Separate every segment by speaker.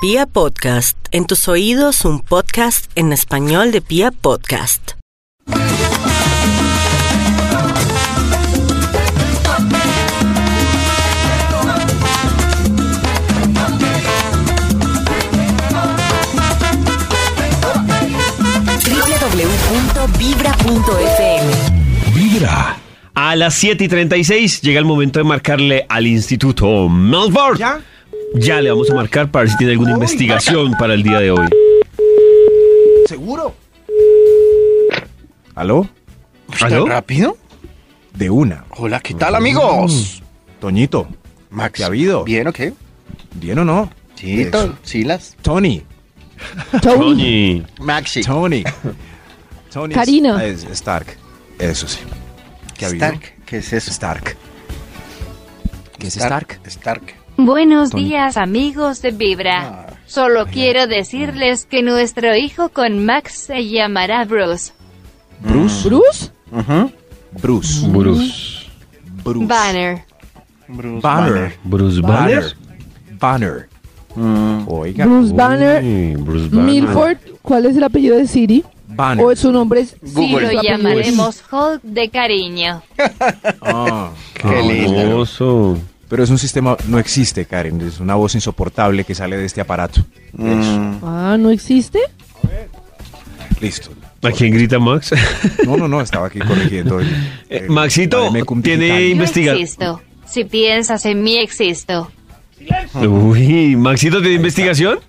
Speaker 1: Pia Podcast, en tus oídos un podcast en español de Pia Podcast.
Speaker 2: www.vibra.fm
Speaker 3: Vibra.
Speaker 4: A las 7 y 36 llega el momento de marcarle al Instituto Melbourne.
Speaker 3: ¿Ya?
Speaker 4: Ya le vamos a marcar para ver si tiene alguna
Speaker 3: Uy.
Speaker 4: investigación para el día de hoy.
Speaker 3: ¿Seguro? ¿Aló? ¿Ah,
Speaker 4: ¿Aló?
Speaker 5: Pues rápido?
Speaker 3: De una.
Speaker 5: Hola, ¿qué tal, amigos?
Speaker 3: Toñito,
Speaker 5: Max.
Speaker 3: ¿Qué Mm. ha habido?
Speaker 5: ¿Bien o qué?
Speaker 3: ¿bien o no? Eso.
Speaker 5: Tito, Silas.
Speaker 3: Tony,
Speaker 4: Tony.
Speaker 5: Maxi.
Speaker 3: Tony. Tony.
Speaker 6: Karina.
Speaker 3: Es es Stark. Eso sí. ¿Qué ha habido?
Speaker 5: Stark. ¿Qué es eso?
Speaker 3: Stark. ¿Qué es
Speaker 5: Stark.
Speaker 7: Buenos
Speaker 3: Tony.
Speaker 7: días amigos de Vibra.
Speaker 5: Ah,
Speaker 7: Solo quiero decirles que nuestro hijo con Max se llamará Bruce.
Speaker 3: Bruce.
Speaker 6: ¿Bruce?
Speaker 5: ujú.
Speaker 3: Bruce.
Speaker 4: Bruce.
Speaker 3: Bruce.
Speaker 7: Banner.
Speaker 5: Bruce
Speaker 3: Banner.
Speaker 4: Bruce Banner.
Speaker 3: Banner.
Speaker 5: Mm,
Speaker 3: Oiga.
Speaker 6: Bruce Banner.
Speaker 4: Uy, Bruce Banner.
Speaker 6: Milford. ¿Cuál es el apellido de Siri?
Speaker 3: Banner.
Speaker 6: ¿O su nombre es
Speaker 7: Sí,
Speaker 5: Google.
Speaker 6: Su
Speaker 7: lo
Speaker 6: apellido es
Speaker 7: llamaremos Hulk de cariño.
Speaker 3: Ah,
Speaker 5: Qué lindo.
Speaker 4: Hermoso.
Speaker 3: Pero es un sistema, no existe, Karen. Es una voz insoportable que sale de este aparato. Eso.
Speaker 6: Siri? Ah, ¿no existe?
Speaker 3: Listo.
Speaker 4: ¿A quién grita Max?
Speaker 3: No, no, no, estaba aquí corrigiendo. el-
Speaker 4: Eh,
Speaker 3: el-
Speaker 4: Maxito,
Speaker 3: el mecum
Speaker 4: tiene-
Speaker 3: digital.
Speaker 7: Yo
Speaker 4: Investiga-
Speaker 7: existo. Si piensas en mí existo.
Speaker 4: Uy, Maxito, ¿tiene investigación?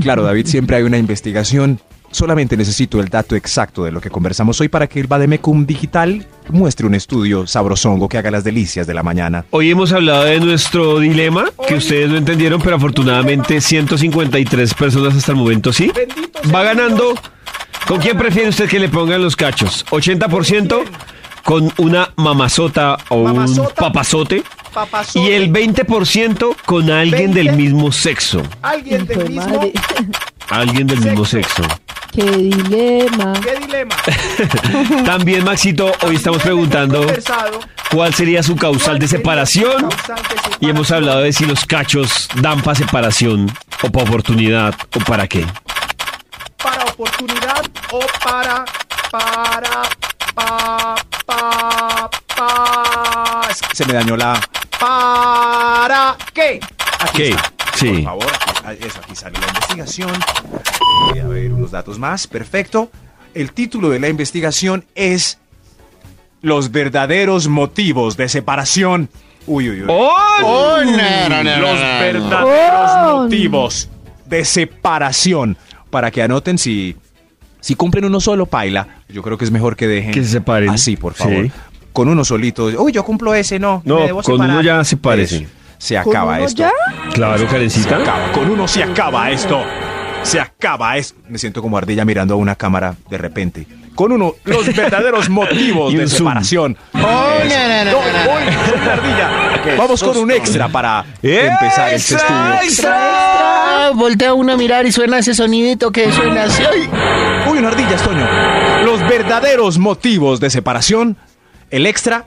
Speaker 3: Claro, David, siempre hay una investigación. Solamente necesito el dato exacto de lo que conversamos hoy para que el Bademecum Digital muestre un estudio sabrosongo que haga las delicias de la mañana.
Speaker 4: Hoy hemos hablado de nuestro dilema, que ustedes no entendieron, pero afortunadamente 153 personas hasta el momento sí. Va ganando. ¿Con quién prefiere usted que le pongan los cachos? ¿80% con una mamazota o un papazote? Y el 20% con alguien del mismo sexo.
Speaker 8: Alguien
Speaker 5: este
Speaker 6: Hijo
Speaker 8: del
Speaker 6: de
Speaker 8: mismo.
Speaker 6: madre.
Speaker 4: Alguien del mismo sexo.
Speaker 6: Qué dilema.
Speaker 8: ¿Qué dilema?
Speaker 4: También, Maxito, hoy estamos preguntando
Speaker 8: Conversado.
Speaker 4: cuál sería su causal de separación.
Speaker 8: Causante separación.
Speaker 4: Y hemos hablado de si los cachos dan para separación o para oportunidad o para qué.
Speaker 8: Para oportunidad o para. Para. Pa, pa, pa,
Speaker 3: Es que Se me dañó la...
Speaker 8: para. ¿Qué?
Speaker 3: Aquí
Speaker 4: ¿Qué?
Speaker 3: está. Por
Speaker 4: Sí.
Speaker 3: favor, aquí, eso, aquí sale la investigación. Eh, a ver, unos datos más. Perfecto. El título de la investigación es Los verdaderos motivos de separación. Uy, uy, uy.
Speaker 4: ¡Oh!
Speaker 3: los verdaderos motivos de separación. Para que anoten si, si cumplen uno solo, paila. Yo creo que es mejor que dejen.
Speaker 4: Que se separen.
Speaker 3: Así, por favor.
Speaker 4: Sí.
Speaker 3: Con uno solito. Uy, yo cumplo ese, no.
Speaker 4: No,
Speaker 3: me debo
Speaker 4: con
Speaker 3: separar".
Speaker 4: uno ya se parece.
Speaker 3: Eso. Se
Speaker 6: ¿Con
Speaker 3: acaba
Speaker 6: uno
Speaker 3: esto.
Speaker 6: ya?
Speaker 4: Claro,
Speaker 3: Se
Speaker 4: Karencita.
Speaker 3: acaba. Con uno se acaba esto. Se acaba esto. Me siento como ardilla mirando a una cámara de repente. Con uno, los verdaderos motivos
Speaker 4: Y
Speaker 3: de
Speaker 4: un zoom. Oh,
Speaker 3: separación. Eso. Hoy, hoy, soy una ardilla.
Speaker 5: Qué
Speaker 3: Vamos con
Speaker 5: susto.
Speaker 3: un extra para empezar este estudio.
Speaker 9: Voltea uno a mirar y suena ese sonidito que suena así. ¡Ay!
Speaker 3: Uy, una ardilla, Toño. Los verdaderos motivos de separación. El extra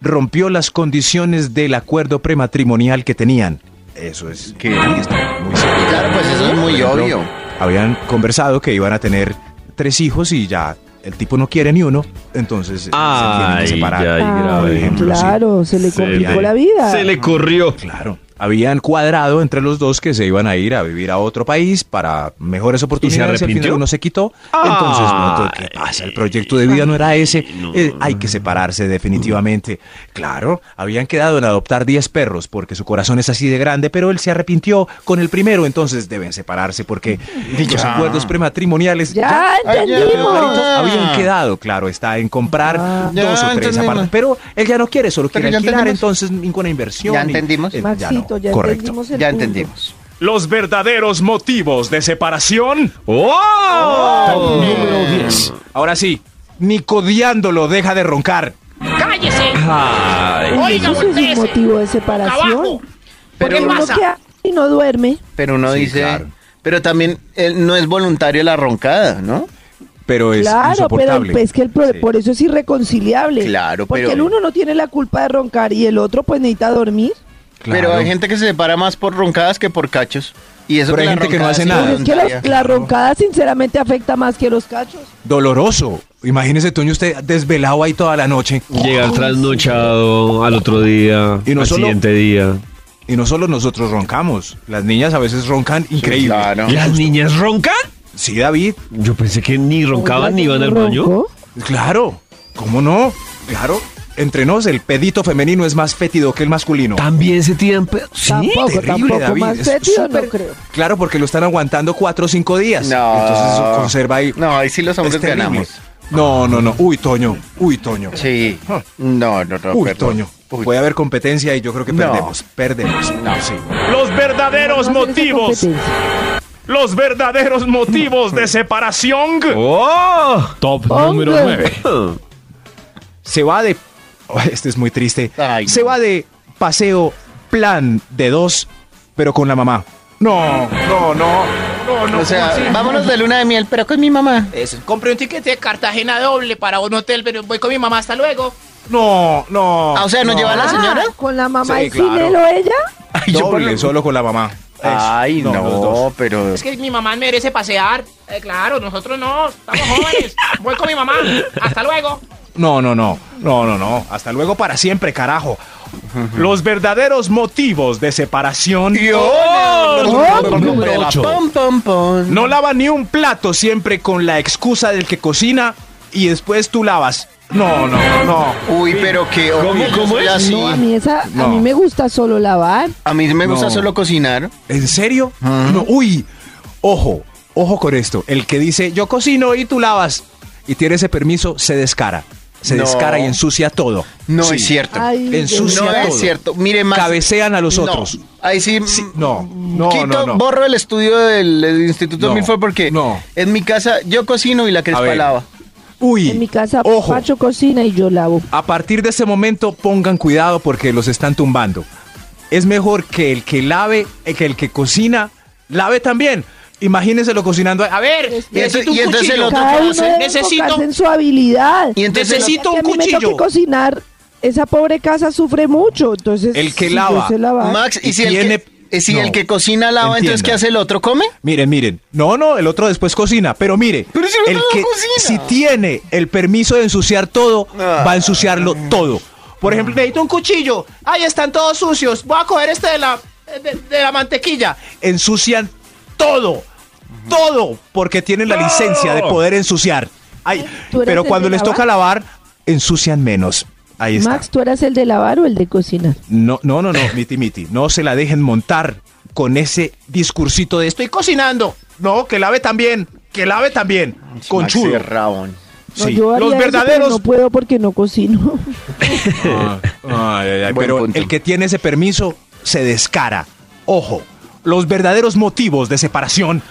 Speaker 3: rompió las condiciones del acuerdo prematrimonial que tenían. Eso es.
Speaker 5: ¿Qué?
Speaker 3: Ahí está, muy serio.
Speaker 5: Claro, pues eso es muy
Speaker 3: Por
Speaker 5: obvio.
Speaker 3: ejemplo, Habían conversado que iban a tener tres hijos y ya el tipo no quiere ni uno, entonces eh,
Speaker 4: Ay,
Speaker 3: se tienen que separar.
Speaker 4: Ay, grave.
Speaker 3: ejemplo, sí.
Speaker 6: claro, se le
Speaker 4: Se
Speaker 6: complicó
Speaker 4: le-
Speaker 6: la vida.
Speaker 4: Se le corrió.
Speaker 3: Claro. Habían cuadrado entre los dos que se iban a ir a vivir a otro país para mejores oportunidades. al
Speaker 4: arrepintió?
Speaker 3: final uno se quitó. Entonces, no, ¿qué
Speaker 4: Ay.
Speaker 3: pasa? El proyecto de vida no era ese. Eh, hay que separarse definitivamente. Claro, habían quedado en adoptar 10 perros porque su corazón es así de grande, pero él se arrepintió con el primero. Entonces deben separarse porque dichos
Speaker 5: Ya.
Speaker 3: acuerdos prematrimoniales
Speaker 6: Ya
Speaker 3: quedó
Speaker 6: entendimos.
Speaker 3: clarito. habían quedado, claro, está en comprar dos
Speaker 5: Ah, Ya
Speaker 3: o tres
Speaker 5: entendimos.
Speaker 3: apart- Pero él ya no quiere, solo
Speaker 5: Pero
Speaker 3: quiere
Speaker 5: ya
Speaker 3: alquilar,
Speaker 5: entendimos.
Speaker 3: entonces ninguna inversión.
Speaker 5: Ya
Speaker 3: y-
Speaker 5: entendimos.
Speaker 3: eh,
Speaker 6: Maxito, ya,
Speaker 3: no. Correcto.
Speaker 6: entendimos el
Speaker 5: Ya
Speaker 6: punto.
Speaker 5: entendimos.
Speaker 3: Los verdaderos motivos de separación.
Speaker 4: ¡Oh!
Speaker 3: Número 10. Ahora sí, Nicodiándolo deja de roncar.
Speaker 8: ¡Cállese!
Speaker 4: Ay.
Speaker 6: Oye,
Speaker 8: Oiga,
Speaker 6: ¿Eso es
Speaker 8: volteese.
Speaker 6: un motivo de separación?
Speaker 8: ¡Abajo!
Speaker 6: Porque
Speaker 5: Pero-
Speaker 6: uno que ha- y no duerme.
Speaker 5: Pero uno
Speaker 3: Sí,
Speaker 5: dice.
Speaker 3: claro.
Speaker 5: Pero también eh, no es voluntario la roncada, ¿no?
Speaker 3: Pero
Speaker 4: Pues,
Speaker 3: es
Speaker 6: claro, pero pues, el-
Speaker 3: insoportable.
Speaker 6: es que el pro-
Speaker 3: Sí.
Speaker 6: por eso es irreconciliable.
Speaker 5: Claro,
Speaker 6: Porque
Speaker 5: pero-
Speaker 6: el uno no tiene la culpa de roncar y el otro pues necesita dormir.
Speaker 3: Claro.
Speaker 5: Pero hay gente que se separa más por roncadas que por cachos. Y eso
Speaker 3: Pero hay gente que no
Speaker 5: roncada
Speaker 3: hace
Speaker 5: sí
Speaker 3: nada.
Speaker 5: es
Speaker 6: Pues es que los-
Speaker 5: voluntaria.
Speaker 6: la roncada sinceramente afecta más que los cachos.
Speaker 3: Doloroso. Imagínese, Toño, usted desvelado ahí toda la noche.
Speaker 4: Llegar trasnochado al otro día,
Speaker 3: Y no
Speaker 4: al
Speaker 3: solo-
Speaker 4: siguiente día.
Speaker 3: Y no solo nosotros roncamos, las niñas a veces roncan increíble.
Speaker 5: claro. No.
Speaker 4: ¿Las niñas roncan?
Speaker 3: Sí, David,
Speaker 4: Yo pensé que ni roncaban ni iban al baño.
Speaker 6: Ronco.
Speaker 3: claro. ¿Cómo no? Claro. Entre nos, el pedito femenino es más fétido que el masculino.
Speaker 4: También se tiran pedos. Sí.
Speaker 6: Tampoco, tampoco más
Speaker 3: es
Speaker 6: fétido, no
Speaker 3: súper-
Speaker 6: creo.
Speaker 3: Claro, porque lo están aguantando cuatro o cinco días.
Speaker 5: No.
Speaker 3: Entonces eso conserva ahí.
Speaker 5: No, ahí sí los
Speaker 3: Es
Speaker 5: hombres
Speaker 3: terrible.
Speaker 5: ganamos.
Speaker 3: No, no, no. Uy, Toño. Uy, Toño.
Speaker 5: Sí.
Speaker 3: Huh.
Speaker 5: No, no, no.
Speaker 3: Ah. Uy,
Speaker 5: perdón.
Speaker 3: Toño.
Speaker 5: Uy.
Speaker 3: Puede haber competencia y yo creo que
Speaker 5: No.
Speaker 3: perdemos. Perdemos. Sí.
Speaker 8: Los verdaderos
Speaker 6: No hacen esa
Speaker 8: motivos.
Speaker 6: competencia.
Speaker 8: Los verdaderos motivos de separación.
Speaker 4: ¡Oh!
Speaker 8: Top
Speaker 6: número Hombre. nueve.
Speaker 3: Se va de. Oh, este es muy triste.
Speaker 5: Ay,
Speaker 3: Se
Speaker 5: no.
Speaker 3: va de paseo plan de dos, pero con la mamá. No, no, no.
Speaker 5: O sea, vámonos de luna de miel, pero con mi mamá.
Speaker 2: Compré un tiquete de Cartagena doble para un hotel, pero voy con mi mamá. Hasta luego.
Speaker 3: No, no.
Speaker 5: Ah, o sea, ¿nos lleva la señora?
Speaker 6: Ah, ¿Con la mamá
Speaker 3: Sí,
Speaker 6: y
Speaker 3: claro.
Speaker 6: Cinelo ella?
Speaker 5: Ay, yo por
Speaker 3: Doble,
Speaker 5: lo-
Speaker 3: solo con la mamá. Eso.
Speaker 5: Ay, no,
Speaker 3: los dos.
Speaker 5: pero.
Speaker 2: Es que mi mamá merece pasear. Eh, claro, nosotros no. Estamos jóvenes. Voy con mi mamá. Hasta luego.
Speaker 3: No, no, no. No, no, no. Hasta luego para siempre, carajo.
Speaker 8: Los verdaderos motivos de separación.
Speaker 5: Hombre, la pom, pom, pom.
Speaker 3: No lava ni un plato siempre con la excusa del que cocina y después tú lavas. No, no, no.
Speaker 5: Uy, pero qué.
Speaker 4: ¿Cómo,
Speaker 5: horrible,
Speaker 4: cómo
Speaker 5: soy
Speaker 4: es?
Speaker 5: así.
Speaker 6: No, a mí, esa,
Speaker 3: Pues No.
Speaker 6: a mí me gusta solo lavar.
Speaker 5: A mí me gusta
Speaker 3: No.
Speaker 5: solo cocinar.
Speaker 3: ¿En serio? No, uy, ojo, ojo con esto. El que dice yo cocino y tú lavas y tiene ese permiso se descara. Se
Speaker 5: No.
Speaker 3: descara y ensucia todo.
Speaker 5: No
Speaker 3: Sí.
Speaker 5: es cierto.
Speaker 6: Ay,
Speaker 3: Ensucia
Speaker 5: no
Speaker 6: Dios mío.
Speaker 5: es
Speaker 3: todo.
Speaker 5: cierto. Mire, más.
Speaker 3: Cabecean a los
Speaker 5: No.
Speaker 3: otros.
Speaker 5: Ahí sí.
Speaker 3: Sí,
Speaker 5: mm,
Speaker 3: no, no,
Speaker 5: quito,
Speaker 3: no, no.
Speaker 5: borro el estudio del, del Instituto
Speaker 3: No,
Speaker 5: Milford porque
Speaker 3: no.
Speaker 5: en mi casa yo cocino y la
Speaker 3: A
Speaker 5: crespa
Speaker 3: ver.
Speaker 5: lava.
Speaker 3: Uy,
Speaker 6: En mi casa
Speaker 3: ojo.
Speaker 6: Pacho cocina y yo lavo.
Speaker 3: A partir de ese momento pongan cuidado porque los están tumbando. Es mejor que el que lave, eh, que el que cocina, lave también. Imagínenselo cocinando. A
Speaker 2: A
Speaker 3: ver,
Speaker 2: ver,
Speaker 6: Y
Speaker 2: necesito
Speaker 5: entonces- y
Speaker 2: un
Speaker 5: entonces el
Speaker 2: cuchillo.
Speaker 5: otro-
Speaker 6: Cada uno debe enfocarse
Speaker 2: Necesito.
Speaker 6: en su habilidad.
Speaker 5: Y entonces
Speaker 2: Necesito
Speaker 6: Que
Speaker 2: un
Speaker 6: a mí me toque
Speaker 2: cuchillo.
Speaker 6: cocinar. Esa pobre casa sufre mucho, entonces...
Speaker 3: El que
Speaker 6: si yo
Speaker 3: lava.
Speaker 6: sé lavar-
Speaker 5: Max, ¿y,
Speaker 3: Y
Speaker 5: si, el,
Speaker 3: tiene-
Speaker 5: que, eh, si
Speaker 3: no.
Speaker 5: el que cocina lava, entonces
Speaker 3: Entienda.
Speaker 5: qué hace el otro? ¿Come?
Speaker 3: miren, miren. No, no, el otro después cocina. Pero mire,
Speaker 5: Pero si el
Speaker 3: el
Speaker 5: otro no
Speaker 3: que
Speaker 5: cocina.
Speaker 3: si tiene el permiso de ensuciar todo, va a ensuciarlo todo.
Speaker 2: Por ejemplo, necesito un cuchillo. Ahí están todos sucios. Voy a coger este de la,
Speaker 3: eh,
Speaker 2: de, de la mantequilla.
Speaker 3: Ensucian todo, todo, porque tienen la licencia de poder ensuciar. Ay,
Speaker 6: ¿Tú eres
Speaker 3: pero
Speaker 6: el
Speaker 3: cuando
Speaker 6: de
Speaker 3: les toca lavar, ensucian menos. Ahí está.
Speaker 6: Max, ¿tú eras el de lavar o el de cocinar?
Speaker 3: No, no, no, no, miti miti. No se la dejen montar con ese discursito de estoy cocinando. No, que lave también, que lave también. Con
Speaker 5: Max
Speaker 3: chulo.
Speaker 5: es rabón.
Speaker 6: No,
Speaker 3: Sí.
Speaker 6: yo haría
Speaker 3: Los
Speaker 6: eso, pero
Speaker 3: verdaderos.
Speaker 6: no puedo porque no cocino.
Speaker 3: Ah, ay, ay, ay,
Speaker 5: Buen
Speaker 3: pero
Speaker 5: punto.
Speaker 3: el que tiene ese permiso se descara. Ojo, los verdaderos motivos de separación.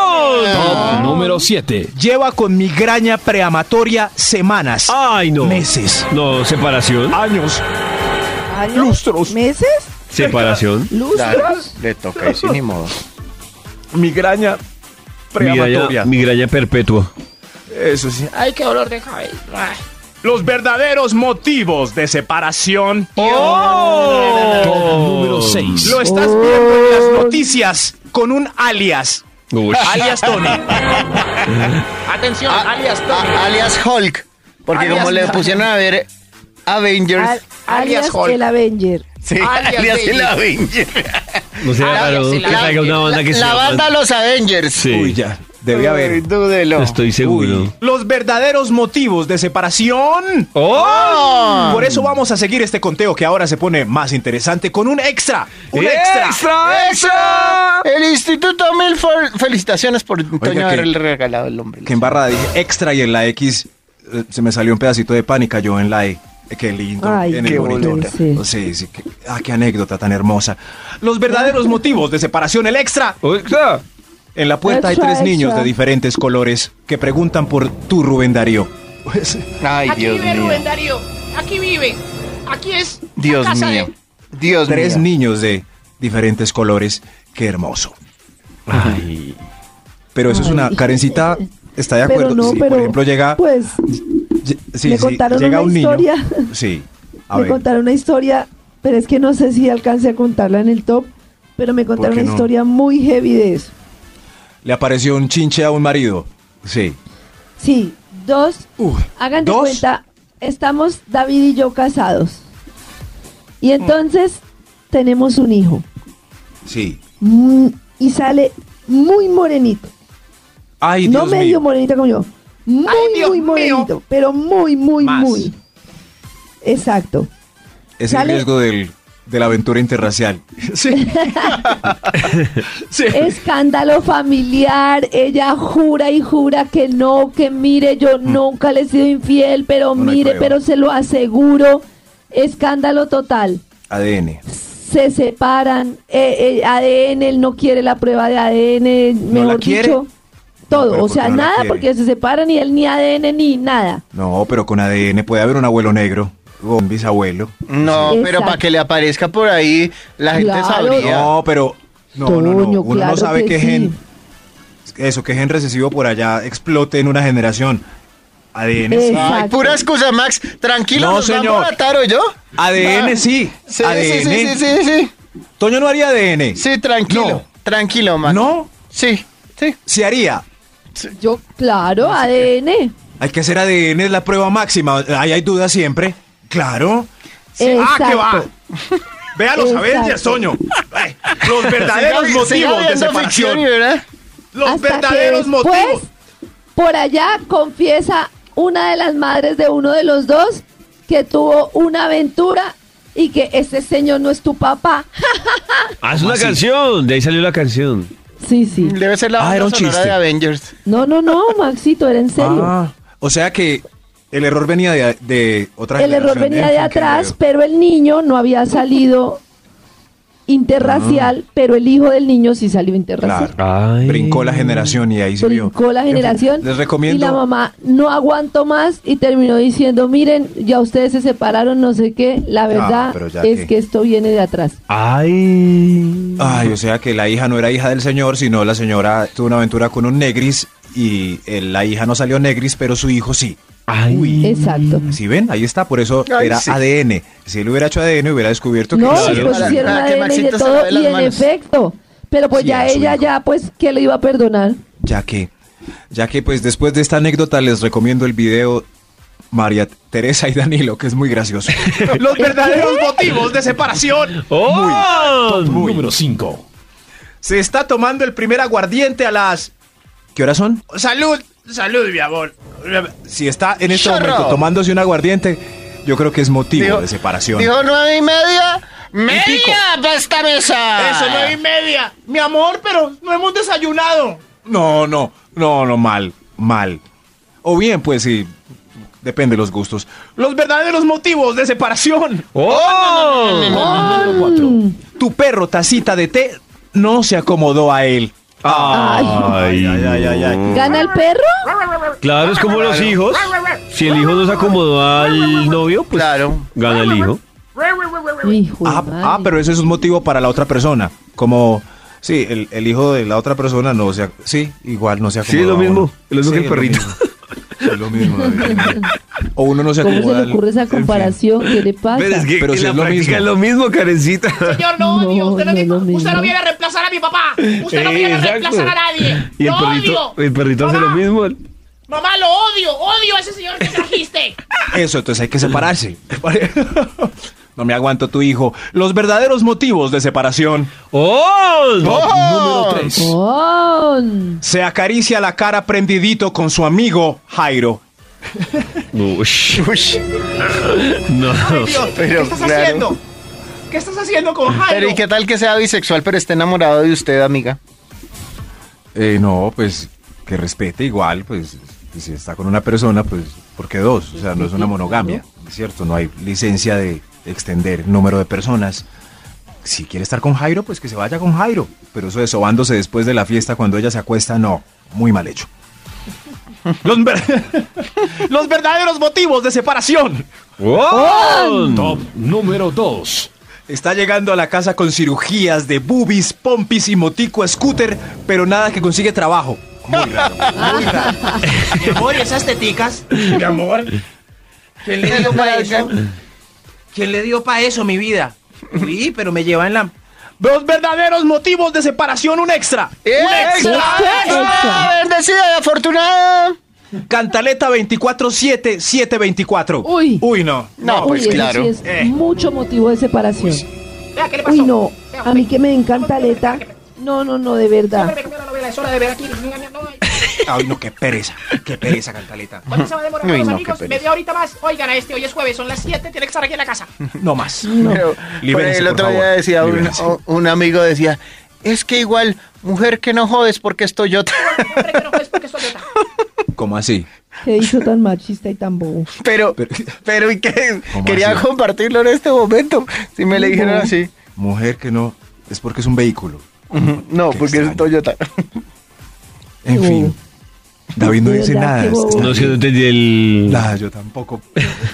Speaker 4: ¡Oh!
Speaker 8: Número 7.
Speaker 3: Lleva con migraña preamatoria semanas,
Speaker 4: Ay, no.
Speaker 3: meses, Ah.
Speaker 4: No, separación.
Speaker 3: años.
Speaker 6: ¿Años?
Speaker 3: Lustros.
Speaker 6: ¿Meses?
Speaker 4: Separación.
Speaker 5: Claro,
Speaker 6: ¿Lustros?
Speaker 5: le toca eso, ni modo.
Speaker 3: Migraña
Speaker 4: Migraña,
Speaker 3: preamatoria.
Speaker 4: migraña perpetua.
Speaker 3: Eso sí.
Speaker 2: Ay, qué dolor de cabeza. Ay.
Speaker 8: Los verdaderos motivos de separación.
Speaker 4: número 6.
Speaker 3: Oh. Lo estás viendo en las noticias con un alias. Alias Tony.
Speaker 2: Atención,
Speaker 4: Ah.
Speaker 5: A-
Speaker 2: alias Tony.
Speaker 5: a- Ah, alias Hulk. Porque
Speaker 2: Alias
Speaker 5: como le
Speaker 2: Hulk.
Speaker 5: pusieron a ver Avengers.
Speaker 6: Al-
Speaker 2: Alias
Speaker 6: alias
Speaker 2: Hulk.
Speaker 6: el Avenger.
Speaker 5: sí,
Speaker 2: alias
Speaker 5: alias el
Speaker 2: Davis.
Speaker 5: Avenger.
Speaker 4: No sea
Speaker 2: Ah,
Speaker 4: raro
Speaker 2: sí,
Speaker 4: que
Speaker 2: la-
Speaker 4: salga una banda
Speaker 5: La-
Speaker 4: que se
Speaker 5: la
Speaker 4: llama-
Speaker 5: banda Los Avengers.
Speaker 4: Sí,
Speaker 3: Uy, ya. Debe haber.
Speaker 5: Uy, dúdelo.
Speaker 4: estoy seguro.
Speaker 3: Uy. Los verdaderos motivos de separación.
Speaker 5: ¡Oh!
Speaker 3: Por eso vamos a seguir este conteo que ahora se pone más interesante con un extra. Un extra.
Speaker 4: ¡Extra!
Speaker 5: ¡Extra! El Instituto Milford. Felicitaciones por Toño
Speaker 3: que-
Speaker 5: haberle regalado el hombre.
Speaker 3: Que en barra dije extra y en la X eh, se me salió un pedacito de pánica yo en la E. Eh, Qué lindo.
Speaker 6: Ay,
Speaker 3: en
Speaker 6: qué
Speaker 3: el monitor.
Speaker 6: bonito.
Speaker 3: Sí, sí. qué- ah, qué anécdota tan hermosa. Los verdaderos motivos de separación, el extra.
Speaker 4: ¡Extra!
Speaker 3: En la puerta hay
Speaker 6: Extra,
Speaker 3: tres niños
Speaker 6: extra.
Speaker 3: de diferentes colores que preguntan por tu Rubén Darío. Pues,
Speaker 5: Ay,
Speaker 2: Aquí
Speaker 5: Dios
Speaker 2: vive
Speaker 5: mío.
Speaker 2: Rubén Darío. Aquí vive. Aquí es. la
Speaker 5: Dios
Speaker 2: casa
Speaker 5: mío.
Speaker 2: de-
Speaker 5: Dios
Speaker 3: tres
Speaker 5: mío.
Speaker 3: niños de diferentes colores. Qué hermoso. Pero eso es una
Speaker 6: Ay.
Speaker 3: carencita. Está de acuerdo.
Speaker 6: Pero no,
Speaker 3: Si,
Speaker 6: pero...
Speaker 3: por ejemplo, llega.
Speaker 6: Pues,
Speaker 3: lle- sí,
Speaker 6: me
Speaker 3: sí,
Speaker 6: contaron
Speaker 3: llega
Speaker 6: una
Speaker 3: un
Speaker 6: historia.
Speaker 3: niño. Sí. A
Speaker 6: me
Speaker 3: ver.
Speaker 6: contaron una historia, pero es que no sé si alcancé a contarla en el top. pero me contaron
Speaker 3: qué
Speaker 6: una
Speaker 3: no?
Speaker 6: historia muy heavy de eso.
Speaker 3: Le apareció un chinche a un marido. Sí.
Speaker 6: Sí, dos.
Speaker 3: Uy,
Speaker 6: hagan de
Speaker 3: ¿dos?
Speaker 6: cuenta, estamos David y yo casados.
Speaker 3: Mm.
Speaker 6: Y entonces tenemos un hijo.
Speaker 3: Sí.
Speaker 6: Mm, Y sale muy morenito.
Speaker 3: Ay,
Speaker 6: no
Speaker 3: Dios
Speaker 6: medio
Speaker 3: mío.
Speaker 6: morenito como yo. Muy,
Speaker 2: Ay, Dios
Speaker 6: muy
Speaker 2: mío.
Speaker 6: morenito. Pero muy, muy,
Speaker 3: Más.
Speaker 6: muy. Exacto.
Speaker 3: Es el
Speaker 6: Sale-
Speaker 3: riesgo del, de la aventura interracial. Sí. sí.
Speaker 6: Escándalo familiar, ella jura y jura que no, que mire, yo nunca le he sido infiel, pero
Speaker 3: Hmm. No, no hay
Speaker 6: mire,
Speaker 3: prueba.
Speaker 6: pero se lo aseguro, escándalo total.
Speaker 3: ADN.
Speaker 6: Se separan, eh, eh, ADN, él no quiere la prueba de ADN,
Speaker 3: ¿No la
Speaker 6: mejor
Speaker 3: quiere?
Speaker 6: dicho,
Speaker 3: No,
Speaker 6: todo,
Speaker 3: pero
Speaker 6: o
Speaker 3: ¿por
Speaker 6: sea,
Speaker 3: qué no la
Speaker 6: nada
Speaker 3: quiere?
Speaker 6: porque se separan y él ni ADN ni nada.
Speaker 3: No, pero con ADN puede haber un abuelo negro o un bisabuelo.
Speaker 5: No,
Speaker 6: Exacto.
Speaker 5: pero para que le aparezca por ahí, la gente
Speaker 6: Claro.
Speaker 5: sabría.
Speaker 3: No, pero. No, no, no.
Speaker 6: Toño,
Speaker 3: Uno
Speaker 6: claro
Speaker 3: no sabe
Speaker 6: que
Speaker 3: qué gen. Eso, qué gen recesivo por allá explote en una generación. ADN sí.
Speaker 6: Exacto.
Speaker 5: Ay, pura excusa, Max. Tranquilo,
Speaker 3: No,
Speaker 5: nos
Speaker 3: señor.
Speaker 5: vamos a matar, ¿o yo?
Speaker 6: Ah.
Speaker 3: ADN sí.
Speaker 5: Sí,
Speaker 3: ADN.
Speaker 5: sí, sí, sí, sí, sí.
Speaker 3: Toño no haría ADN.
Speaker 5: Sí, tranquilo.
Speaker 3: No.
Speaker 5: Tranquilo, Max.
Speaker 3: No,
Speaker 5: Sí, sí.
Speaker 3: se haría.
Speaker 6: Yo, claro, ADN.
Speaker 3: Hay que hacer ADN, es la prueba máxima. Ahí hay dudas siempre. Claro.
Speaker 8: Ah,
Speaker 6: Exacto.
Speaker 8: que va. Vea los
Speaker 6: Exacto.
Speaker 8: Avengers, Toño. Ay, Los verdaderos
Speaker 5: Siga- siga
Speaker 8: motivos de
Speaker 5: viendo
Speaker 8: separación.
Speaker 5: ficción, ¿verdad?
Speaker 8: Los
Speaker 6: Hasta que
Speaker 8: verdaderos
Speaker 6: después,
Speaker 8: motivos.
Speaker 6: Por allá confiesa una de las madres de uno de los dos que tuvo una aventura y que ese señor no es tu papá.
Speaker 4: Haz una canción, de ahí salió la canción.
Speaker 6: Sí, sí.
Speaker 5: Debe ser la
Speaker 3: Ah, era
Speaker 5: banda
Speaker 3: un
Speaker 5: sonora
Speaker 3: chiste.
Speaker 5: de Avengers.
Speaker 6: No, no, no, Maxito, era en serio.
Speaker 3: Ah, o sea que el error venía de, de otra
Speaker 6: El error
Speaker 3: generación,
Speaker 6: venía
Speaker 3: ¿eh?
Speaker 6: de
Speaker 3: Qué
Speaker 6: atrás,
Speaker 3: enredo.
Speaker 6: pero el niño no había salido interracial, pero el hijo del niño sí salió interracial.
Speaker 3: Ah. Claro.
Speaker 4: Ay.
Speaker 3: Brincó la generación y ahí se vio.
Speaker 6: brincó la
Speaker 3: En fin,
Speaker 6: generación.
Speaker 3: Les recomiendo.
Speaker 6: Y la mamá no aguantó más y terminó diciendo, miren, ya ustedes se separaron, no sé qué. La verdad
Speaker 3: Ah, pero ya
Speaker 6: es
Speaker 3: qué.
Speaker 6: que esto viene de atrás.
Speaker 4: Ay.
Speaker 3: Ay, o sea que la hija no era hija del señor, sino la señora tuvo una aventura con un negris y eh, la hija no salió negris, pero su hijo sí.
Speaker 4: Ay.
Speaker 6: Exacto.
Speaker 3: ¿Sí ven? Ahí está, por eso
Speaker 5: Ay,
Speaker 3: era
Speaker 5: sí.
Speaker 3: ADN. Si él hubiera hecho ADN, hubiera descubierto que
Speaker 6: No, pues
Speaker 3: sí
Speaker 6: le
Speaker 3: era su hijo.
Speaker 6: pusieron
Speaker 5: Para Ah, que
Speaker 6: ADN y de
Speaker 5: Maxito se
Speaker 6: todo,
Speaker 5: lave
Speaker 6: y
Speaker 5: las
Speaker 6: en
Speaker 5: manos.
Speaker 6: efecto. Pero pues
Speaker 3: Sí,
Speaker 6: ya
Speaker 3: a su
Speaker 6: ella,
Speaker 3: hijo.
Speaker 6: ya pues, ¿qué le iba a perdonar?
Speaker 3: Ya que, ya que pues después de esta anécdota les recomiendo el video María Teresa y Danilo, que es muy gracioso.
Speaker 8: Los verdaderos motivos de separación.
Speaker 4: ¡Oh!
Speaker 8: Número 5. Se está tomando el primer aguardiente a las.
Speaker 3: ¿Qué horas son?
Speaker 8: Salud, salud, mi amor.
Speaker 3: Si está en este
Speaker 5: Chorro.
Speaker 3: momento tomándose un aguardiente, yo creo que es motivo de separación.
Speaker 5: Dijo nueve y media.
Speaker 8: pico.
Speaker 5: ¡Media para esta mesa!
Speaker 8: Eso, nueve y media. Mi amor, pero no hemos desayunado.
Speaker 3: No, no, no, no, mal, mal. O bien, pues sí, depende de los gustos.
Speaker 8: Los verdaderos motivos de separación.
Speaker 4: ¡Oh!
Speaker 8: Número cuatro.
Speaker 3: Tu perro tacita de té no se acomodó a él.
Speaker 2: Ah,
Speaker 4: Ay.
Speaker 3: Mm.
Speaker 6: ¿Gana el perro?
Speaker 4: Claro, es como los hijos. Si el hijo no se acomodó al novio, pues
Speaker 5: Claro.
Speaker 4: gana el hijo.
Speaker 6: Hijo de
Speaker 3: Ah,
Speaker 6: madre.
Speaker 3: ah, pero ese es un motivo para la otra persona. Como, sí, el, el hijo de la otra persona no se ac- Sí, igual no se
Speaker 4: Sí,
Speaker 3: acomoda.
Speaker 4: es lo
Speaker 3: a
Speaker 4: mismo.
Speaker 3: uno.
Speaker 4: Es lo
Speaker 3: Sí,
Speaker 4: mismo que el perrito.
Speaker 3: Es lo mismo. Es lo mismo, David. O uno no se
Speaker 6: ¿Cómo
Speaker 3: acomoda.
Speaker 6: se le
Speaker 3: al-
Speaker 6: ocurre esa
Speaker 3: en fin.
Speaker 6: comparación? ¿Qué le pasa?
Speaker 4: Pero es que
Speaker 3: Pero
Speaker 4: en
Speaker 3: si
Speaker 4: la
Speaker 3: es lo
Speaker 4: práctica
Speaker 3: mismo.
Speaker 4: es lo mismo, carencita.
Speaker 2: Señor, no
Speaker 6: No,
Speaker 2: odio. Usted no,
Speaker 6: no es
Speaker 2: es mi-
Speaker 6: lo
Speaker 2: usted no
Speaker 6: mismo.
Speaker 2: viene a reemplazar a mi papá. Usted no
Speaker 4: Eh,
Speaker 2: viene a
Speaker 4: exacto.
Speaker 2: reemplazar a nadie.
Speaker 4: Y el
Speaker 2: lo
Speaker 4: perrito,
Speaker 2: odio.
Speaker 4: el perrito hace lo
Speaker 2: Mamá,
Speaker 4: mismo.
Speaker 2: Mamá, lo odio. Odio a ese señor que trajiste.
Speaker 3: Eso, entonces hay que separarse. No me aguanto tu hijo. Los verdaderos motivos de separación.
Speaker 4: ¡Oh!
Speaker 8: Número tres.
Speaker 6: Oh,
Speaker 3: Se acaricia la cara prendidito con su amigo Jairo.
Speaker 4: Ush. No.
Speaker 5: Pero,
Speaker 8: ¿Qué estás
Speaker 5: claro.
Speaker 8: haciendo? ¿Qué estás haciendo con Jairo?
Speaker 5: Pero ¿y qué tal que sea bisexual pero esté enamorado de usted, amiga?
Speaker 3: Eh, no, pues que respete igual, pues si está con una persona, pues porque dos, o sea, no es una monogamia, es ¿cierto? No hay licencia de extender el número de personas. Si quiere estar con Jairo, pues que se vaya con Jairo, pero eso de sobándose después de la fiesta cuando ella se acuesta, no, muy mal hecho.
Speaker 8: Los, ver- Los verdaderos motivos de separación.
Speaker 4: ¡Oh!
Speaker 8: número 2.
Speaker 3: Está llegando a la casa con cirugías de boobies, pompis y motico scooter, pero nada que consigue trabajo. Muy raro, muy raro.
Speaker 2: Mi amor, ¿y esas teticas?
Speaker 8: Mi amor.
Speaker 2: ¿Quién le dio para eso? ¿Quién le dio para eso, mi vida? Sí, pero me llevan la...
Speaker 3: Dos verdaderos motivos de separación, un extra.
Speaker 5: ¡Extra! ¡Bendecida y afortunada!
Speaker 3: Cantaleta 24-7, 724.
Speaker 6: Uy.
Speaker 3: Uy, no.
Speaker 5: No, pues
Speaker 6: Uy, eso
Speaker 5: claro.
Speaker 6: sí es
Speaker 3: Eh.
Speaker 6: mucho motivo de separación.
Speaker 2: Vea, ¿qué le pasó?
Speaker 6: Uy, no, a mí que me encanta Aleta. No, no, no, de verdad.
Speaker 2: Espérame, que vea la novela, es hora de ver aquí. No, ay,
Speaker 3: Ay, no, qué pereza. Qué pereza, Cantaleta.
Speaker 2: ¿Cuánto se va a demorar
Speaker 5: Uy,
Speaker 2: los
Speaker 5: no,
Speaker 2: amigos?
Speaker 5: qué pereza.
Speaker 2: Media horita más. Oigan, a este, hoy es jueves, son las 7, tiene que estar aquí en la casa.
Speaker 3: No más.
Speaker 5: Pero,
Speaker 3: Libérense,
Speaker 5: el
Speaker 3: por
Speaker 5: otro
Speaker 3: favor.
Speaker 5: día decía oh. un,
Speaker 3: Libérense.
Speaker 5: o- un amigo decía, es que igual, mujer que no jodes porque es Toyota.
Speaker 2: Este Hombre, que no juegues porque soy otra.
Speaker 10: ¿Cómo así?
Speaker 6: Qué hizo tan machista y tan bobo.
Speaker 5: Pero,
Speaker 10: Pero-
Speaker 5: pero ¿y qué?
Speaker 10: ¿Cómo
Speaker 5: quería
Speaker 10: así?
Speaker 5: compartirlo en este momento. Si me le dijeron
Speaker 6: No.
Speaker 5: así.
Speaker 10: Mujer que no. Es porque es un vehículo.
Speaker 5: Ujú, No,
Speaker 10: Qué
Speaker 5: porque
Speaker 10: extraño.
Speaker 5: es Toyota.
Speaker 10: En
Speaker 6: No.
Speaker 10: fin. David no
Speaker 6: De
Speaker 10: dice
Speaker 6: verdad,
Speaker 10: nada.
Speaker 6: qué
Speaker 10: Está
Speaker 6: bobo.
Speaker 4: No sé, no
Speaker 10: bien.
Speaker 4: entendí el...
Speaker 10: Nah, yo tampoco.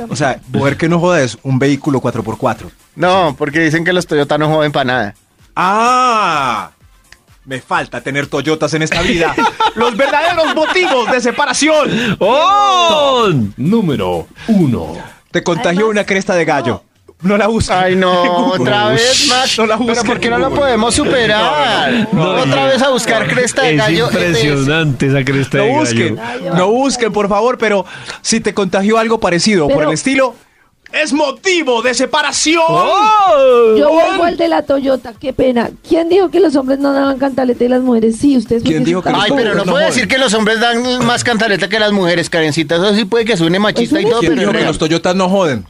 Speaker 10: O sea, mujer que no joda es un vehículo 4x4.
Speaker 5: No, porque dicen que los Toyota no joden para nada.
Speaker 3: ¡Ah! Me falta tener Toyotas en esta vida. Los verdaderos motivos de separación.
Speaker 4: ¡Oh!
Speaker 10: Número 1. Te contagió
Speaker 6: Además,
Speaker 3: una cresta de gallo. No la usa.
Speaker 5: Ay, no, otra vez, Max.
Speaker 3: No la busques
Speaker 5: pero ¿por qué no
Speaker 3: en
Speaker 5: la
Speaker 3: Google.
Speaker 5: podemos superar?
Speaker 4: No,
Speaker 5: otra
Speaker 4: no,
Speaker 5: vez a buscar cresta de
Speaker 4: Es
Speaker 5: gallo. Este
Speaker 4: impresionante esa cresta
Speaker 3: No
Speaker 4: de
Speaker 3: busquen,
Speaker 4: gallo.
Speaker 3: no busquen, por favor, pero si te contagió algo parecido por
Speaker 6: Pero-
Speaker 3: el estilo, es motivo de separación.
Speaker 6: Yo vuelvo al de la Toyota, qué pena. ¿Quién dijo que los hombres no daban cantaleta y las mujeres sí? ¿Ustedes
Speaker 10: ¿Quién
Speaker 6: porque
Speaker 10: dijo
Speaker 6: su
Speaker 10: que los
Speaker 5: Ay,
Speaker 6: cantaleta-
Speaker 5: pero no
Speaker 10: No
Speaker 5: puedo
Speaker 10: joden.
Speaker 5: decir que los hombres dan más cantaleta que las mujeres, Karencita. Eso sí puede que suene machista
Speaker 6: Es
Speaker 5: y
Speaker 6: un
Speaker 5: todo,
Speaker 10: ¿Quién
Speaker 5: pero
Speaker 3: Eh,
Speaker 10: dijo que
Speaker 5: real.
Speaker 10: los Toyotas no joden?